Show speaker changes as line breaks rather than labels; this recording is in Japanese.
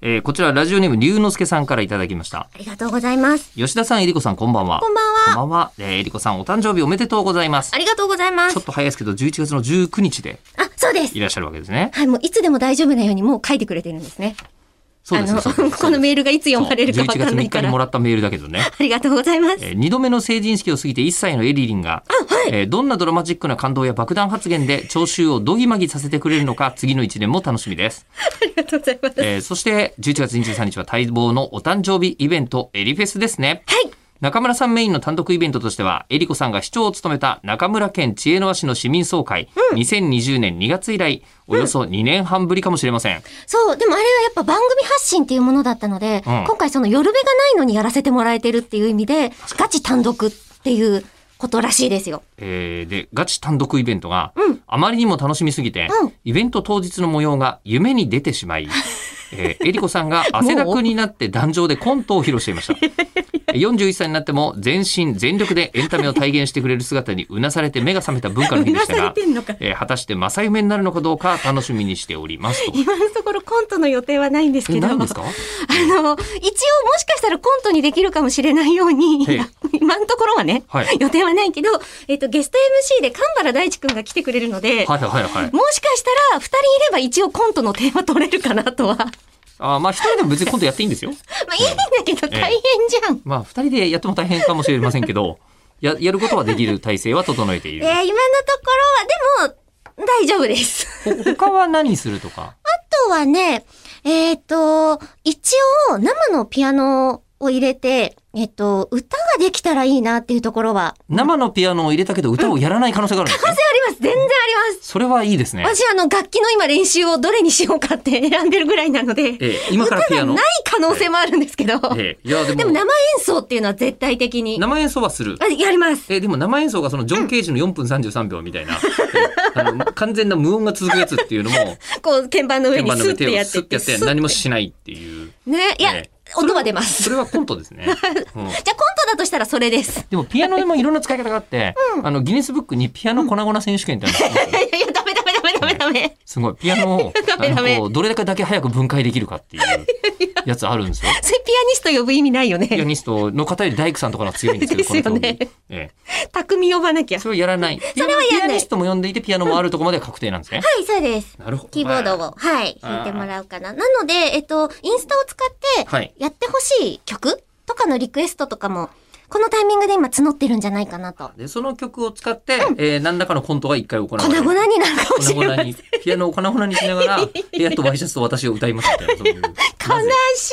えーこちらラジオネーム龍之介さんからいただきました。
ありがとうございます。
吉田さん、えりこさん、こんばんは。
こんばんは
こんばんは。えーえりこさん、お誕生日おめでとうございます
あ。りがとうございま
ち
す
ょっ。と早いですけど、11月の19日で
あ、そうです
い。らっしゃるわけですね。
はい、もういつでも大丈夫なようにもう書いてくれてるんですね。
そうです
あ
ね
の、
そうです。
このメールがいつ読まれるかわかんな
11
い
月3
か
日に
ら。
も
あ
らったメールだけどね。
りがとうございます。
えー、2度目の成人式を過ぎて1歳のエリリンが、えーどんなドラマチックな感動や爆弾発言で聴衆をどぎまぎさせてくれるのか次の1年も楽しみです、
ありがとうございます。
えーそして11月23日は待望のお誕生日イベントエリフェスですね
はい。
中村さんメインの単独イベントとしてはえりこさんが市長を務めた中村県知恵の輪市の市民総会、2020年2月以来およそ2年半ぶりかもしれません、
そう、でもあれはやっぱ番組発信っていうものだったので、
うん
今回その夜べがないのにやらせてもらえてるっていう意味で、ガチ単独っていうことらしいですよ。
えーでガチ単独イベントが、
うん
あまりにも楽しみすぎて、
うん
イベント当日の模様が夢に出てしま い、えー、えりこさんが汗だくになって壇上でコントを披露していま した41歳になっても全身全力でエンタメを体現してくれる姿にうなされて目が覚めた文化の日でした
うな
が
されてんのか
えー果たして正夢になるのかどうか楽しみにしておりますと
今のところコントの予定はないんです
え
けど。
ないんですか
あの、一応もしかしたらコントにできるかもしれないように
ええ、
今のところはね、
はい
予定はないけど、えっ、と、ゲスト MC で神原大地くんが来てくれるので、
はいはいはいはい
もしかしたら、二人いれば一応コントのテーマ取れるかなとは。まあ
あーまあ一人でも別にコントやっていいんですよ
いいんだけど
ええ
大変じゃん。
まあ二人でやっても大変かもしれませんけどややることはできる体制は整えてい
え
る
ー今のところは、でも、大丈夫です。
ほ他は何するとか。
あとはね、えっ、と、一応生のピアノを入れて、えっ、と、歌ができたらいいなっていうところは、
生のピアノを入れたけど歌をやらない可能性があるんですね。
あります全然あります
それはいいですね。
私あの楽器の今練習をどれにしようかって選んでるぐらいなので、
ええ今からピアノ
ない。可能性もあるんですけど、
ええいや、でも、
でも生演奏っていうのは絶対的に、
生演奏はする。
あやります。
え、でも生演奏がそのジョン・ケージの4分33秒みたい な、えあの完全な無音が続くやつっていう のも、
こう鍵盤の上
鍵
に
盤の
ス
上
ッ
手
て
を
やっ
ス
て
ッてやって
スッ
何もしないっていう。
ね、いや、
え
音は出ま
そ
す。
れはコントです ね。うん
じゃあコントだとしたらそれです。
でもピアノでもいろんな使い方があって、あのギネスブックにピアノ粉々選手権ってあるんですよ
いやいや、ダメダメダメダメダメ。
すごい。ピアノ を
ダメダメ
あのこうどれだけ早く分解できるかっていうやつあるんですよ。
それピアニスト呼ぶ意味ないよ
ピア
ね。
ニストの方より大工さんとかの方が強いんですけど、
ですよね
この競技ええ、
匠呼ばなきゃ。
それをやらない。そ
れはやらない
ピアニストも呼んでいて、ピアノもあるとこまでは確定なんですね。
はい、そうです。
なるほど。
キーボード
まあ
を、はい、
あー
弾いてもらうかな。なので、えっと、インスタを使っ
はい
て、やってほしい曲とかのリクエストとかも、このタイミングで今募ってるんじゃないかなと。
で、その曲を使って、えー何らかのコントが一回行われ
粉
る。
々になるかもしれま
粉々
せ ん。悲
に、 ピアノを粉々にしながら、部屋とワイシャツと私を歌いますみたいな、そういう。なぜ
し